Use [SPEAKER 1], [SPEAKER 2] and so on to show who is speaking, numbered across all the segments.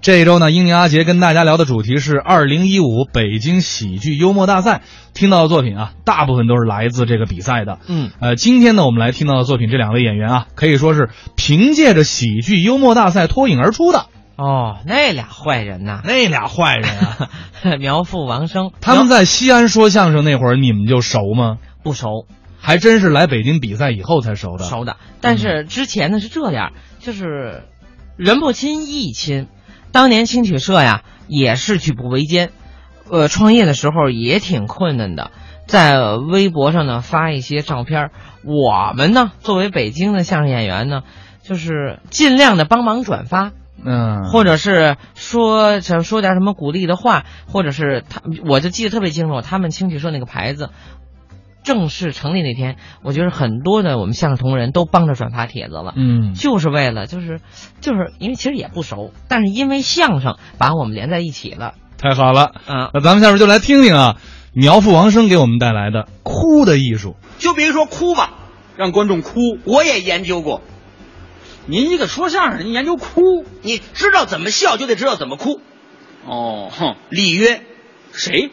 [SPEAKER 1] 这一周呢，英宁阿杰跟大家聊的主题是二零一五北京喜剧幽默大赛。听到的作品啊，大部分都是来自这个比赛的。
[SPEAKER 2] 嗯，
[SPEAKER 1] 呃，今天呢，我们来听到的作品，这两位演员啊，可以说是凭借着喜剧幽默大赛脱颖而出的。
[SPEAKER 2] 哦，那俩坏人呐，
[SPEAKER 1] 那俩坏人啊，
[SPEAKER 2] 苗阜、王声，
[SPEAKER 1] 他们在西安说相声那会儿，你们就熟吗？
[SPEAKER 2] 不熟，
[SPEAKER 1] 还真是来北京比赛以后才熟的。
[SPEAKER 2] 熟的。但
[SPEAKER 1] 嗯
[SPEAKER 2] 是之前呢是这样，就是人不亲义亲。当年青曲社呀也是举步维艰，呃，创业的时候也挺困难的，在微博上呢发一些照片儿。我们呢作为北京的相声演员呢，就是尽量的帮忙转发。
[SPEAKER 1] 嗯，
[SPEAKER 2] 或者是说想说点什么鼓励的话，或者是他，我就记得特别清楚，他们清曲社那个牌子正式成立那天，我觉得很多的我们相声同仁都帮着转发帖子了，
[SPEAKER 1] 嗯，
[SPEAKER 2] 就是为了就是就是因为其实也不熟，但是因为相声把我们连在一起了，
[SPEAKER 1] 太好了。
[SPEAKER 2] 啊，
[SPEAKER 1] 那咱们下面就来听听啊，苗阜、王声给我们带来的《哭的艺 术》。
[SPEAKER 3] 就别说哭吧，
[SPEAKER 4] 让观众哭。
[SPEAKER 3] 我也研究过。
[SPEAKER 4] 您一个说相声的，您研究哭？
[SPEAKER 3] 你知道怎么笑，就得知道怎么哭。
[SPEAKER 4] 哦，哼，
[SPEAKER 3] 里约，
[SPEAKER 4] 谁？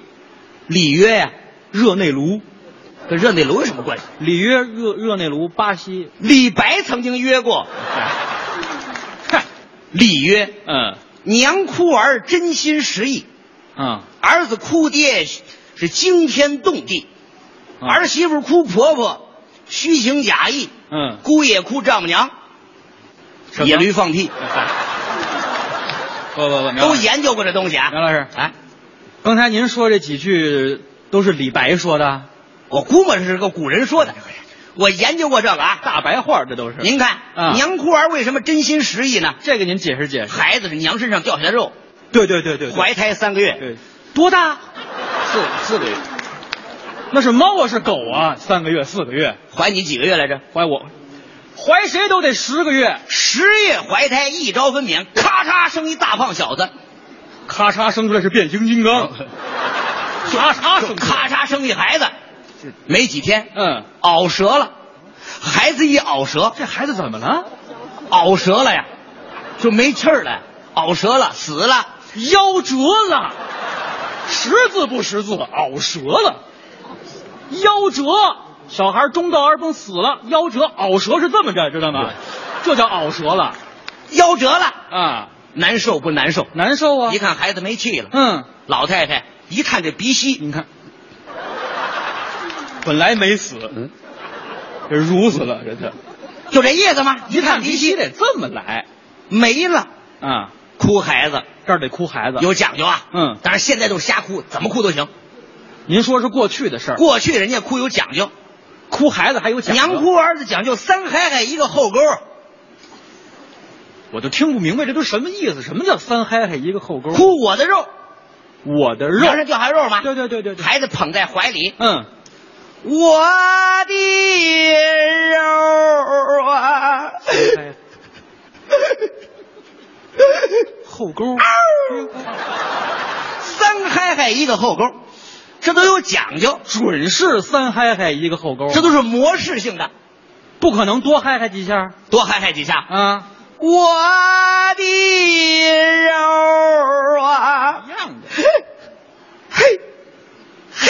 [SPEAKER 3] 里约呀、
[SPEAKER 4] 热内卢，
[SPEAKER 3] 跟热内卢有什么关系？
[SPEAKER 4] 里约热热内卢，巴西。
[SPEAKER 3] 李白曾经约过，
[SPEAKER 4] 嗨，
[SPEAKER 3] 里约，
[SPEAKER 4] 嗯
[SPEAKER 3] 娘哭儿真心实意，
[SPEAKER 4] 嗯，
[SPEAKER 3] 儿子哭爹是惊天动地，
[SPEAKER 4] 嗯
[SPEAKER 3] 儿媳妇哭婆婆虚情假意，
[SPEAKER 4] 嗯
[SPEAKER 3] 姑爷哭丈母娘，
[SPEAKER 4] 什么
[SPEAKER 3] 野驴放屁，
[SPEAKER 4] 不不不，
[SPEAKER 3] 都
[SPEAKER 4] 演。
[SPEAKER 3] 研究过这东西啊。
[SPEAKER 4] 苗老师，
[SPEAKER 3] 哎，
[SPEAKER 4] 刚才您说这几句都是李白说的，
[SPEAKER 3] 我估摸是个古人说的，我研究过这个啊。
[SPEAKER 4] 大白话这都是。
[SPEAKER 3] 您看，
[SPEAKER 4] 嗯
[SPEAKER 3] 娘哭儿为什么真心实意呢？
[SPEAKER 4] 这个您解释解释。
[SPEAKER 3] 孩子是娘身上掉下的肉，
[SPEAKER 4] 对对对对，对
[SPEAKER 3] 怀胎三个月，
[SPEAKER 4] 对，多大？
[SPEAKER 3] 四四个月，
[SPEAKER 4] 那是猫啊，是狗啊？三个月、四个月，
[SPEAKER 3] 怀你几个月来着？
[SPEAKER 4] 怀我，怀谁都得十个月。
[SPEAKER 3] 十月怀胎，一朝分娩，咔嚓生一大胖小子，
[SPEAKER 4] 咔嚓生出来是变形金 刚，咔嚓
[SPEAKER 3] 就
[SPEAKER 4] 生出
[SPEAKER 3] 咔
[SPEAKER 4] 来，
[SPEAKER 3] 嚓生一孩子，没几天，
[SPEAKER 4] 嗯，
[SPEAKER 3] 咬折了，孩子一咬折，
[SPEAKER 4] 这孩子怎么了？
[SPEAKER 3] 咬折了呀，就没气儿了呀，咬折了，死了，
[SPEAKER 4] 夭折了，识字不识字，咬折了，夭折，小孩中道而崩死了，夭折，咬折是这么着，知道吗？这叫咬折了
[SPEAKER 3] 夭折了，
[SPEAKER 4] 啊，
[SPEAKER 3] 难受不难受？
[SPEAKER 4] 难受啊
[SPEAKER 3] 一！看孩子没气了，
[SPEAKER 4] 嗯，
[SPEAKER 3] 老太太一看这鼻息，
[SPEAKER 4] 你看，本来没死，嗯，这如死了，这是，
[SPEAKER 3] 就这意思吗？一看
[SPEAKER 4] 必
[SPEAKER 3] 鼻
[SPEAKER 4] 须
[SPEAKER 3] 息
[SPEAKER 4] 得这么来
[SPEAKER 3] 没了，
[SPEAKER 4] 啊，
[SPEAKER 3] 哭孩子。
[SPEAKER 4] 这儿得哭孩子。
[SPEAKER 3] 有讲究啊。
[SPEAKER 4] 嗯
[SPEAKER 3] 当然现在都是瞎哭，怎么哭都行。
[SPEAKER 4] 您说是过去的事儿，
[SPEAKER 3] 过去人家哭有讲究，
[SPEAKER 4] 哭孩子还有讲究
[SPEAKER 3] 娘哭儿子讲究三嗨嗨一个后勾，
[SPEAKER 4] 我就听不明白这都什么意思？什么叫三嗨嗨一个后勾？
[SPEAKER 3] 哭我的肉，
[SPEAKER 4] 我的肉
[SPEAKER 3] 娘，上掉孩肉嘛。
[SPEAKER 4] 对对对对对，
[SPEAKER 3] 孩子捧在怀里，
[SPEAKER 4] 嗯，
[SPEAKER 3] 我的肉啊，
[SPEAKER 4] 哎后勾，
[SPEAKER 3] 三嗨嗨一个后勾，这都有讲究，
[SPEAKER 4] 准是三嗨嗨一个后勾，
[SPEAKER 3] 这都是模式性的，
[SPEAKER 4] 不可能多嗨嗨几下
[SPEAKER 3] 多嗨嗨几下。
[SPEAKER 4] 啊，
[SPEAKER 3] 我的肉啊，
[SPEAKER 4] 样的，
[SPEAKER 3] 嘿，嘿，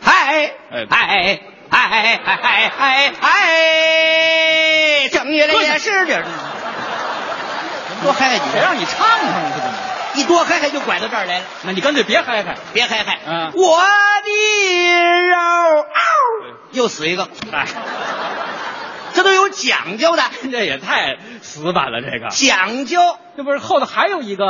[SPEAKER 3] 嗨，
[SPEAKER 4] 哎
[SPEAKER 3] 嗨，嗨，嗨，嗨，嗨，嗨，整起来也是点儿。多嗨嗨几
[SPEAKER 4] 谁
[SPEAKER 3] 下，
[SPEAKER 4] 让你唱上了是怎么？
[SPEAKER 3] 一多嗨嗨就拐到这儿来了，
[SPEAKER 4] 那你干脆别嗨嗨，
[SPEAKER 3] 别嗨嗨。
[SPEAKER 4] 嗯
[SPEAKER 3] 我的肉，嗷又死一个，
[SPEAKER 4] 哎，
[SPEAKER 3] 这都有讲究的，
[SPEAKER 4] 这也太死板了，这个，
[SPEAKER 3] 讲究。
[SPEAKER 4] 这不是后头还有一个，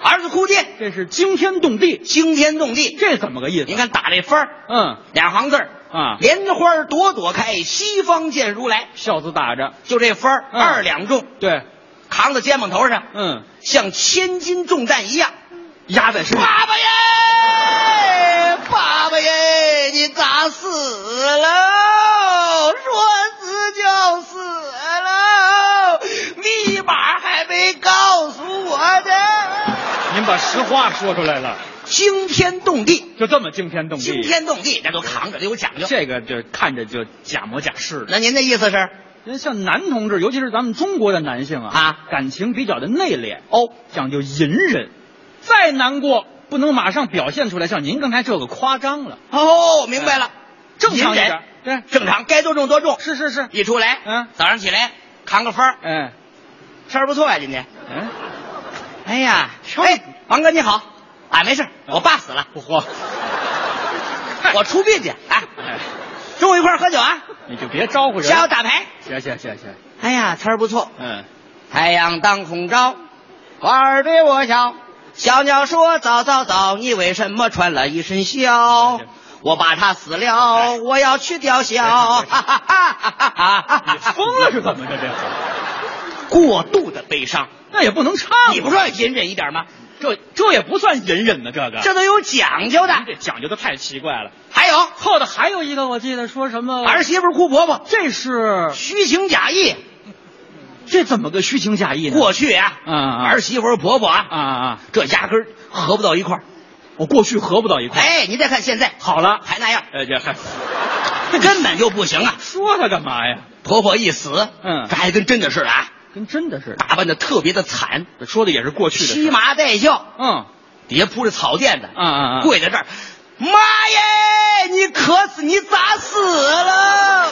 [SPEAKER 3] 儿子哭爹，
[SPEAKER 4] 这是惊天动地，
[SPEAKER 3] 惊天动地。
[SPEAKER 4] 这怎么个意
[SPEAKER 3] 您
[SPEAKER 4] 思？
[SPEAKER 3] 看打这幡儿，
[SPEAKER 4] 嗯
[SPEAKER 3] 两行字儿
[SPEAKER 4] 啊，
[SPEAKER 3] 莲花朵朵开，西方见如来。
[SPEAKER 4] 孝子打着，
[SPEAKER 3] 就这幡儿，
[SPEAKER 4] 嗯
[SPEAKER 3] 二两重，
[SPEAKER 4] 对，
[SPEAKER 3] 扛在肩膀头上，
[SPEAKER 4] 嗯，
[SPEAKER 3] 像千斤重担一样。
[SPEAKER 4] 压在身上。
[SPEAKER 3] 爸爸耶，爸爸耶，你咋死了？说死就死了，密码还没告诉我呢。
[SPEAKER 4] 您把实话说出来了，
[SPEAKER 3] 惊天动地，
[SPEAKER 4] 就这么惊天动地。
[SPEAKER 3] 惊天动地，这都扛着，得有讲究。
[SPEAKER 4] 这个就看着就假模假式的。
[SPEAKER 3] 那您的意思是，
[SPEAKER 4] 人像男同志，尤其是咱们中国的男性啊，
[SPEAKER 3] 啊
[SPEAKER 4] 感情比较的内敛哦，讲究隐忍，再难过不能马上表现出来，像您刚才这个夸张了，
[SPEAKER 3] 哦，明白了，
[SPEAKER 4] 正常一点
[SPEAKER 3] 隐
[SPEAKER 4] 对
[SPEAKER 3] 忍正常，该多重多重。
[SPEAKER 4] 是是是，
[SPEAKER 3] 一出来，
[SPEAKER 4] 嗯
[SPEAKER 3] 早上起来扛个分儿，
[SPEAKER 4] 哎
[SPEAKER 3] 天儿不错呀、今天。
[SPEAKER 4] 哎，
[SPEAKER 3] 哎呀，哎，王哥你好，啊，没事儿，我爸死了，
[SPEAKER 4] 不慌，
[SPEAKER 3] 我出殡去，哎，中午一块儿喝酒啊，
[SPEAKER 4] 你就别招呼人
[SPEAKER 3] 下午
[SPEAKER 4] 了，
[SPEAKER 3] 打牌。
[SPEAKER 4] 行行行行，
[SPEAKER 3] 哎呀，天儿不错，
[SPEAKER 4] 嗯，
[SPEAKER 3] 太阳当空照，花儿对我笑。小鸟说：“早早早，你为什么穿了一身
[SPEAKER 4] 哎
[SPEAKER 3] 孝
[SPEAKER 4] 呀？
[SPEAKER 3] 我把它死了，我要去吊孝。”哈哈哦哈哈哈
[SPEAKER 4] 哎你
[SPEAKER 3] 哈！
[SPEAKER 4] 疯了是怎么着这？
[SPEAKER 3] 过度的悲伤，
[SPEAKER 4] 那也不能唱，
[SPEAKER 3] 你不说啊要隐忍一点吗？
[SPEAKER 4] 这这也不算隐忍呢，这个
[SPEAKER 3] 这都有讲究的。
[SPEAKER 4] 这讲究的太奇怪了。
[SPEAKER 3] 还有
[SPEAKER 4] 后头还有一个，我记得说什么
[SPEAKER 3] 儿媳妇姑婆婆
[SPEAKER 4] 这是
[SPEAKER 3] 虚情假意，
[SPEAKER 4] 这怎么个虚情假意呢？
[SPEAKER 3] 过去啊，
[SPEAKER 4] 嗯嗯
[SPEAKER 3] 儿媳妇儿婆婆啊，
[SPEAKER 4] 啊啊！
[SPEAKER 3] 这压根儿合不到一块儿。
[SPEAKER 4] 我过去合不到一块儿。
[SPEAKER 3] 哎，你再看现在，
[SPEAKER 4] 好了，
[SPEAKER 3] 还那样，
[SPEAKER 4] 哎这 还
[SPEAKER 3] 根本就不行啊！
[SPEAKER 4] 说他干嘛呀？
[SPEAKER 3] 婆婆一死，
[SPEAKER 4] 嗯
[SPEAKER 3] 这还跟真的似的啊，
[SPEAKER 4] 跟真的似的。
[SPEAKER 3] 打扮的特别的惨，
[SPEAKER 4] 说的也是过去的
[SPEAKER 3] 披
[SPEAKER 4] 事。
[SPEAKER 3] 麻戴孝，
[SPEAKER 4] 嗯
[SPEAKER 3] 底下铺着草垫子，
[SPEAKER 4] 啊啊啊！
[SPEAKER 3] 跪在这儿，妈耶，你渴死，你咋死了？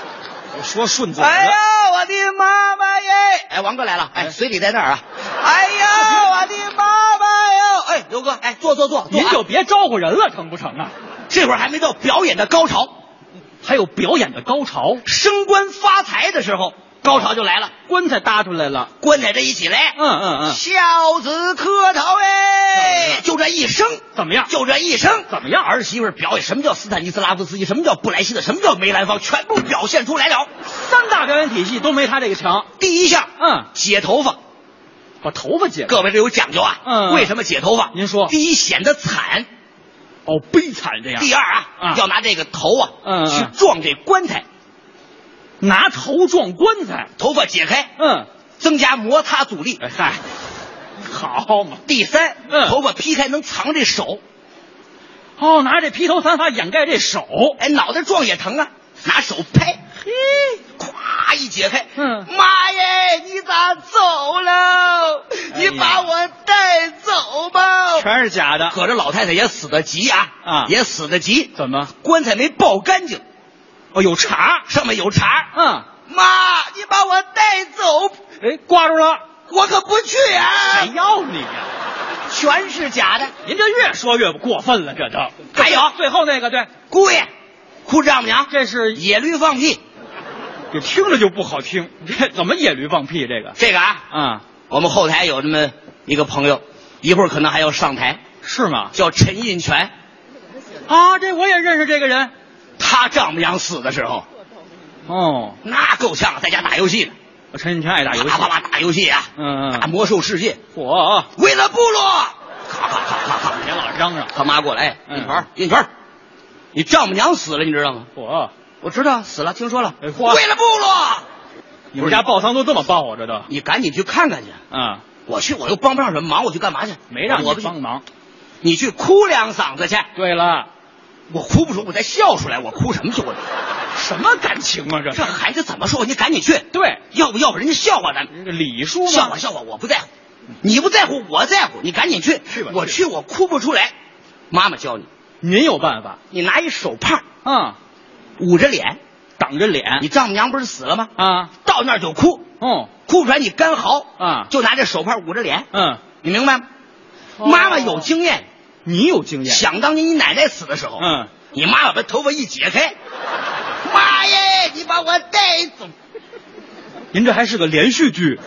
[SPEAKER 4] 说顺嘴了。
[SPEAKER 3] 哎呀，我的妈妈耶！哎，王哥来了，哎，随礼在那儿啊。哎呀，我的妈妈哟！哎，刘哥，哎，坐坐坐，坐
[SPEAKER 4] 您
[SPEAKER 3] 啊
[SPEAKER 4] 就别招呼人了，成不成啊？
[SPEAKER 3] 这会儿还没到表演的高潮，
[SPEAKER 4] 还有表演的高潮，
[SPEAKER 3] 升官发财的时候，高潮就来了。
[SPEAKER 4] 棺材搭出来了。
[SPEAKER 3] 棺材这一起来，
[SPEAKER 4] 嗯嗯嗯，
[SPEAKER 3] 孝子磕头哎，就这一声，
[SPEAKER 4] 怎么样？
[SPEAKER 3] 就这一声，
[SPEAKER 4] 怎么样
[SPEAKER 3] 儿媳妇儿表演什么叫斯坦尼斯拉夫斯基，什么叫布莱希特，什么叫梅兰芳，全部表现出来了。
[SPEAKER 4] 三大表演体系都没他这个强。
[SPEAKER 3] 第一下，
[SPEAKER 4] 嗯，
[SPEAKER 3] 解头发，
[SPEAKER 4] 把头发剪了。
[SPEAKER 3] 各位这有讲究啊。
[SPEAKER 4] 嗯
[SPEAKER 3] 为什么解头发？
[SPEAKER 4] 您说
[SPEAKER 3] 第一显得惨，
[SPEAKER 4] 哦，悲惨这样。
[SPEAKER 3] 第二啊，
[SPEAKER 4] 啊
[SPEAKER 3] 要拿这个头啊，
[SPEAKER 4] 嗯嗯
[SPEAKER 3] 去撞这棺材，
[SPEAKER 4] 拿头撞棺材。
[SPEAKER 3] 头发解开，
[SPEAKER 4] 嗯，
[SPEAKER 3] 增加摩擦阻力。
[SPEAKER 4] 哎嗨，好嘛。
[SPEAKER 3] 第三，
[SPEAKER 4] 嗯
[SPEAKER 3] 头发劈开能藏这手，
[SPEAKER 4] 哦，拿这披头散发掩盖这手。
[SPEAKER 3] 哎，脑袋撞也疼啊，拿手拍，嘿，咵一解开，
[SPEAKER 4] 嗯
[SPEAKER 3] 妈耶，你咋走了？你把我带走吧。
[SPEAKER 4] 哎全是假的。
[SPEAKER 3] 可这老太太也死得急啊，
[SPEAKER 4] 啊
[SPEAKER 3] 也死得急，
[SPEAKER 4] 怎么？
[SPEAKER 3] 棺材没抱干净，
[SPEAKER 4] 哦，有茬。
[SPEAKER 3] 上面有茬。
[SPEAKER 4] 嗯，
[SPEAKER 3] 妈，你把我带走，
[SPEAKER 4] 哎，挂住了。
[SPEAKER 3] 我可不去
[SPEAKER 4] 还
[SPEAKER 3] 啊！
[SPEAKER 4] 要你呀、
[SPEAKER 3] 全是假的。
[SPEAKER 4] 您这越说越过分了，这都。
[SPEAKER 3] 还有
[SPEAKER 4] 哎最后那个，对，
[SPEAKER 3] 姑爷，哭丈母娘，
[SPEAKER 4] 这是
[SPEAKER 3] 野驴放屁，
[SPEAKER 4] 这听着就不好听。这怎么野驴放屁？这个
[SPEAKER 3] 这个啊，
[SPEAKER 4] 啊，
[SPEAKER 3] 我们后台有这么一个朋友，一会儿可能还要上台，
[SPEAKER 4] 是吗？
[SPEAKER 3] 叫陈印泉。
[SPEAKER 4] 啊，这我也认识这个人。
[SPEAKER 3] 他丈母娘死的时候，
[SPEAKER 4] 哦，
[SPEAKER 3] 那够呛，在家打游戏呢，
[SPEAKER 4] 陈印泉爱打游戏
[SPEAKER 3] 啪。啪啪打游戏啊，
[SPEAKER 4] 嗯
[SPEAKER 3] 打
[SPEAKER 4] 嗯，
[SPEAKER 3] 魔兽世界，
[SPEAKER 4] 火，
[SPEAKER 3] 为了部落，咔咔咔咔咔，
[SPEAKER 4] 别老嚷嚷。
[SPEAKER 3] 他妈过来，哎
[SPEAKER 4] 嗯
[SPEAKER 3] 印泉儿，印泉儿，你丈母娘死了，你知道吗？
[SPEAKER 4] 火，
[SPEAKER 3] 我知道死了，听说了。
[SPEAKER 4] 哎嚯
[SPEAKER 3] 为了部落，
[SPEAKER 4] 你们家报丧都这么报啊？这都。
[SPEAKER 3] 你赶紧去看看去。
[SPEAKER 4] 啊，
[SPEAKER 3] 我去，我又帮不上什么忙，我去干嘛去？
[SPEAKER 4] 没让
[SPEAKER 3] 我
[SPEAKER 4] 你
[SPEAKER 3] 不去
[SPEAKER 4] 帮忙。
[SPEAKER 3] 你去哭两嗓子去。
[SPEAKER 4] 对了，
[SPEAKER 3] 我哭不出，我再笑出来，我哭什么去？我
[SPEAKER 4] 什么感情啊？这
[SPEAKER 3] 这孩子怎么说？你赶紧去，
[SPEAKER 4] 对，
[SPEAKER 3] 要不要不人家笑话咱们，
[SPEAKER 4] 这李叔
[SPEAKER 3] 笑
[SPEAKER 4] 嘛
[SPEAKER 3] 话，笑话，我不在乎，你不在乎，我在乎，你赶紧去。
[SPEAKER 4] 去吧
[SPEAKER 3] 我去，我哭不出来。妈妈教你，
[SPEAKER 4] 您有办法
[SPEAKER 3] 你拿一手帕
[SPEAKER 4] 啊，
[SPEAKER 3] 捂着脸，
[SPEAKER 4] 挡着脸
[SPEAKER 3] 你丈母娘不是死了吗？
[SPEAKER 4] 啊，
[SPEAKER 3] 到那儿就哭，
[SPEAKER 4] 哦，
[SPEAKER 3] 哭不出来你干嚎
[SPEAKER 4] 啊
[SPEAKER 3] 就拿这手帕捂着脸，
[SPEAKER 4] 嗯，
[SPEAKER 3] 你明白吗？
[SPEAKER 4] 哦
[SPEAKER 3] 妈妈有经验，
[SPEAKER 4] 你有经验，
[SPEAKER 3] 想当年你奶奶死的时候，
[SPEAKER 4] 嗯，
[SPEAKER 3] 你妈妈把头发一解开，妈耶，你把我带走，
[SPEAKER 4] 您这还是个连续剧，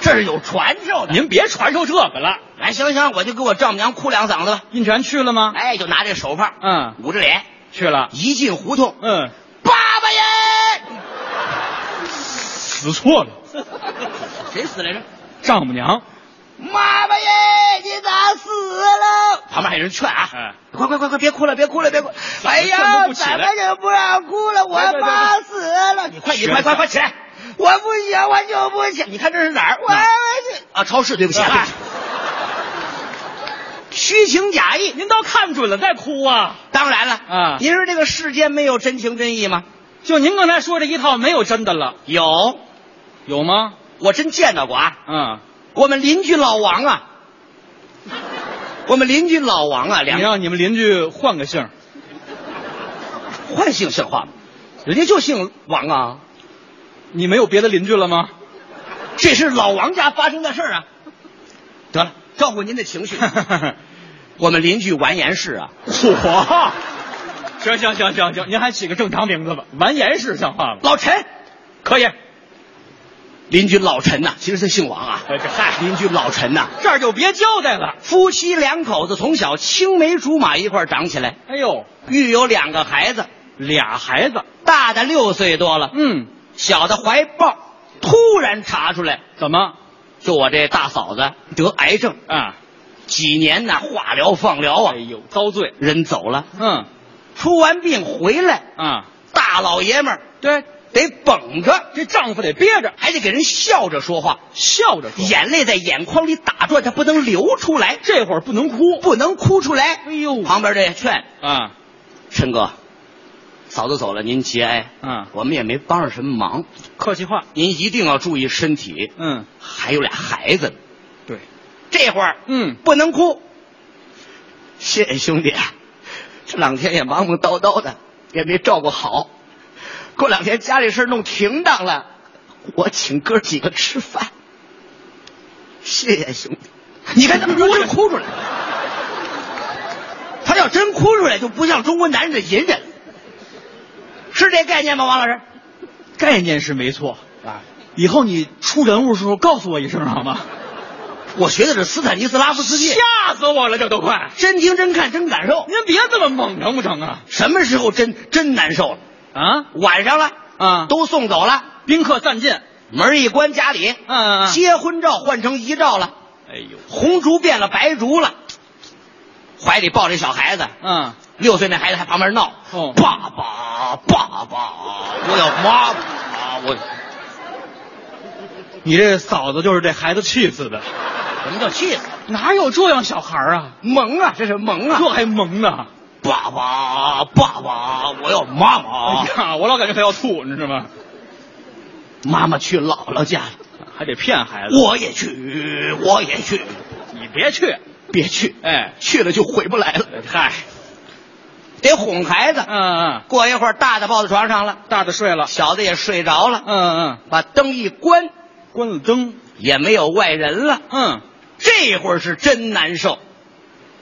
[SPEAKER 3] 这是有传授的。
[SPEAKER 4] 您别传授这个了。
[SPEAKER 3] 哎，行行，我就给我丈母娘哭两嗓子吧。
[SPEAKER 4] 印泉去了吗？
[SPEAKER 3] 哎，就拿这手帕，
[SPEAKER 4] 嗯，
[SPEAKER 3] 捂着脸，
[SPEAKER 4] 去了，
[SPEAKER 3] 一进胡同，
[SPEAKER 4] 嗯，
[SPEAKER 3] 爸爸耶！
[SPEAKER 4] 死错了，嗯
[SPEAKER 3] 谁死来着？
[SPEAKER 4] 丈母娘，
[SPEAKER 3] 妈妈耶！你咋死了？旁边还有人劝啊！
[SPEAKER 4] 哎
[SPEAKER 3] 快快快快，别哭了，别哭了，别哭了！哎
[SPEAKER 4] 劝
[SPEAKER 3] 呀
[SPEAKER 4] 都，不起来
[SPEAKER 3] 咱们就不让哭了，
[SPEAKER 4] 对对
[SPEAKER 3] 我
[SPEAKER 4] 对
[SPEAKER 3] 妈死了！你快，你快快快起来！我不行，我就不行！你看这是哪儿？我
[SPEAKER 4] 哪儿
[SPEAKER 3] 啊，超市，对不起，
[SPEAKER 4] 哎
[SPEAKER 3] 虚情假意。
[SPEAKER 4] 您倒看准了再哭啊！
[SPEAKER 3] 当然了，
[SPEAKER 4] 啊
[SPEAKER 3] 您说这个世间没有真情真意吗？
[SPEAKER 4] 就您刚才说这一套，没有真的了，
[SPEAKER 3] 有，
[SPEAKER 4] 有吗？
[SPEAKER 3] 我真见到过啊。
[SPEAKER 4] 嗯，
[SPEAKER 3] 我们邻居老王啊，我们邻居老王啊，两
[SPEAKER 4] 你
[SPEAKER 3] 个
[SPEAKER 4] 让你们邻居换个姓儿，
[SPEAKER 3] 换姓像话吗？人家就姓王啊，
[SPEAKER 4] 你没有别的邻居了吗？
[SPEAKER 3] 这是老王家发生的事儿啊。得了，照顾您的 情绪。我们邻居完颜氏啊，
[SPEAKER 4] 我，行行行行行，您还起个正常名字吧，完颜氏像话吗？
[SPEAKER 3] 老陈，
[SPEAKER 4] 可以，
[SPEAKER 3] 邻居老陈呐、其实他姓王啊。
[SPEAKER 4] 哎这嗨
[SPEAKER 3] 邻居老陈呐、
[SPEAKER 4] 这儿就别交代了。
[SPEAKER 3] 夫妻两口子从小青梅竹马一块儿长起来，
[SPEAKER 4] 哎呦，
[SPEAKER 3] 育有两个孩子，
[SPEAKER 4] 俩孩子，
[SPEAKER 3] 大的六岁多了，
[SPEAKER 4] 嗯，
[SPEAKER 3] 小的怀抱突然查出来，
[SPEAKER 4] 怎么
[SPEAKER 3] 就我这大嫂子得癌症，
[SPEAKER 4] 啊？
[SPEAKER 3] 几年呐化疗放疗啊
[SPEAKER 4] 哎，呦，遭罪，
[SPEAKER 3] 人走了，
[SPEAKER 4] 嗯
[SPEAKER 3] 出完病回来，
[SPEAKER 4] 啊，
[SPEAKER 3] 大老爷们儿
[SPEAKER 4] 对，
[SPEAKER 3] 得绷着，
[SPEAKER 4] 这丈夫得憋着，
[SPEAKER 3] 还得给人笑着说话，
[SPEAKER 4] 笑着说，
[SPEAKER 3] 眼泪在眼眶里打转，他不能流出来，
[SPEAKER 4] 这会儿不能哭
[SPEAKER 3] 不能哭出来。
[SPEAKER 4] 哎呦
[SPEAKER 3] 旁边这劝
[SPEAKER 4] 啊
[SPEAKER 3] 陈哥，嫂子走了，您节哀，
[SPEAKER 4] 嗯
[SPEAKER 3] 我们也没帮上什么忙，
[SPEAKER 4] 客气话，
[SPEAKER 3] 您一定要注意身体，
[SPEAKER 4] 嗯，
[SPEAKER 3] 还有俩孩子呢，
[SPEAKER 4] 对，
[SPEAKER 3] 这会儿
[SPEAKER 4] 嗯，
[SPEAKER 3] 不能哭。谢谢兄弟，啊这两天也忙忙叨叨的，也没照顾好。过两天家里事儿弄停当了，我请哥几个吃饭。谢谢兄弟，你看他不会哭出来，他要真哭出来，就不像中国男人的隐忍，是这概念吗？王老师，
[SPEAKER 4] 概念是没错啊。以后你出人物的时候告诉我一声好吗？
[SPEAKER 3] 我学的是斯坦尼斯拉夫斯基，
[SPEAKER 4] 吓死我了，这都快！
[SPEAKER 3] 真听真看真感受，
[SPEAKER 4] 您别这么猛成不成啊？
[SPEAKER 3] 什么时候真真难受了？
[SPEAKER 4] 啊
[SPEAKER 3] 晚上了。
[SPEAKER 4] 啊，
[SPEAKER 3] 都送走了，
[SPEAKER 4] 宾客散尽，
[SPEAKER 3] 门一关家里，
[SPEAKER 4] 嗯嗯嗯
[SPEAKER 3] 结婚照换成遗照了，
[SPEAKER 4] 哎呦，
[SPEAKER 3] 红烛变了白烛了，怀里抱着小孩子，
[SPEAKER 4] 嗯，
[SPEAKER 3] 六岁那孩子还旁边闹，
[SPEAKER 4] 哦
[SPEAKER 3] 爸爸爸爸，我要妈妈，我
[SPEAKER 4] 你这嫂子就是这孩子气死的，
[SPEAKER 3] 什么叫气死？
[SPEAKER 4] 哪有这样小孩啊？
[SPEAKER 3] 萌啊，这是萌啊！
[SPEAKER 4] 这还萌呢！
[SPEAKER 3] 爸爸爸爸，我要妈妈
[SPEAKER 4] 哎，呀，我老感觉他要吐，你知道吗？
[SPEAKER 3] 妈妈去姥姥家了，
[SPEAKER 4] 还得骗孩子，
[SPEAKER 3] 我也去，我也去，
[SPEAKER 4] 你别去，
[SPEAKER 3] 别去，
[SPEAKER 4] 哎，
[SPEAKER 3] 去了就回不来了，
[SPEAKER 4] 嗨，
[SPEAKER 3] 得哄孩子。
[SPEAKER 4] 嗯嗯，
[SPEAKER 3] 过一会儿，大的抱在床上了。
[SPEAKER 4] 大的睡了，
[SPEAKER 3] 小子也睡着了，
[SPEAKER 4] 嗯
[SPEAKER 3] 把灯一关，
[SPEAKER 4] 嗯，关了灯，
[SPEAKER 3] 也没有外人了。
[SPEAKER 4] 嗯，
[SPEAKER 3] 这会儿是真难受，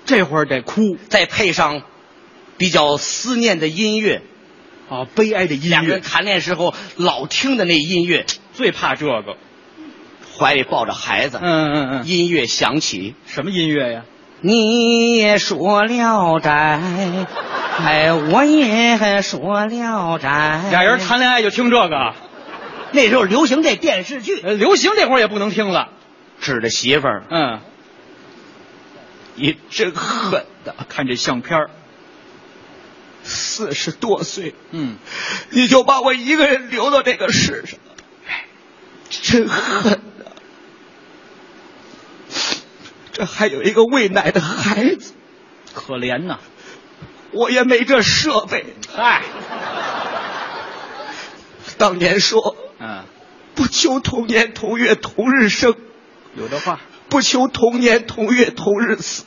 [SPEAKER 4] 这会儿得哭
[SPEAKER 3] 再配上比较思念的音乐，
[SPEAKER 4] 啊，悲哀的音
[SPEAKER 3] 两个人谈恋爱时候老听的那音乐，
[SPEAKER 4] 最怕这个，
[SPEAKER 3] 怀里抱着孩子，
[SPEAKER 4] 嗯嗯嗯，
[SPEAKER 3] 音乐响起，
[SPEAKER 4] 什么音乐呀？
[SPEAKER 3] 你也说聊斋，哎，我也说聊斋。
[SPEAKER 4] 俩人，谈恋爱就听这个，
[SPEAKER 3] 那时候流行这电视剧，
[SPEAKER 4] 呃哎流行这会儿也不能听了，
[SPEAKER 3] 指着媳妇儿，
[SPEAKER 4] 嗯，
[SPEAKER 3] 你真狠的，
[SPEAKER 4] 看这相片儿
[SPEAKER 3] 四十多岁
[SPEAKER 4] 嗯，
[SPEAKER 3] 你就把我一个人留到这个世上，
[SPEAKER 4] 哎
[SPEAKER 3] 真狠啊！这还有一个喂奶的孩子，
[SPEAKER 4] 可怜呐，
[SPEAKER 3] 我也没这设备。
[SPEAKER 4] 嗨，
[SPEAKER 3] 当年说
[SPEAKER 4] 嗯，
[SPEAKER 3] 不求同年同月同日生，
[SPEAKER 4] 有的话
[SPEAKER 3] 不求同年同月同日死，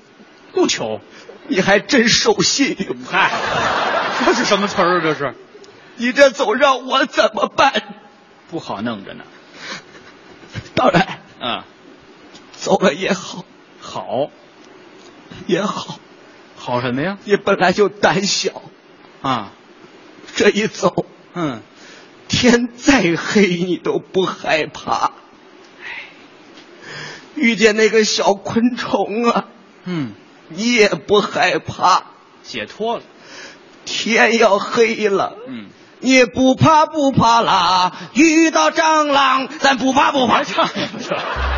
[SPEAKER 4] 不求，
[SPEAKER 3] 你还真守信用。
[SPEAKER 4] 嗨， 这是什么词儿啊？这是
[SPEAKER 3] 你这总让我怎么办？
[SPEAKER 4] 不好弄着呢，
[SPEAKER 3] 当然，
[SPEAKER 4] 嗯，
[SPEAKER 3] 走了也好，
[SPEAKER 4] 好，
[SPEAKER 3] 也好，
[SPEAKER 4] 好什么呀？
[SPEAKER 3] 你本来就胆小，
[SPEAKER 4] 啊，
[SPEAKER 3] 这一走。
[SPEAKER 4] 嗯，
[SPEAKER 3] 天再黑你都不害怕。遇见那个小昆虫啊，
[SPEAKER 4] 嗯，
[SPEAKER 3] 你也不害怕。
[SPEAKER 4] 解脱了，
[SPEAKER 3] 天要黑了，
[SPEAKER 4] 嗯，
[SPEAKER 3] 你也不怕不怕啦。遇到蟑螂，咱不怕不怕。
[SPEAKER 4] 唱什么？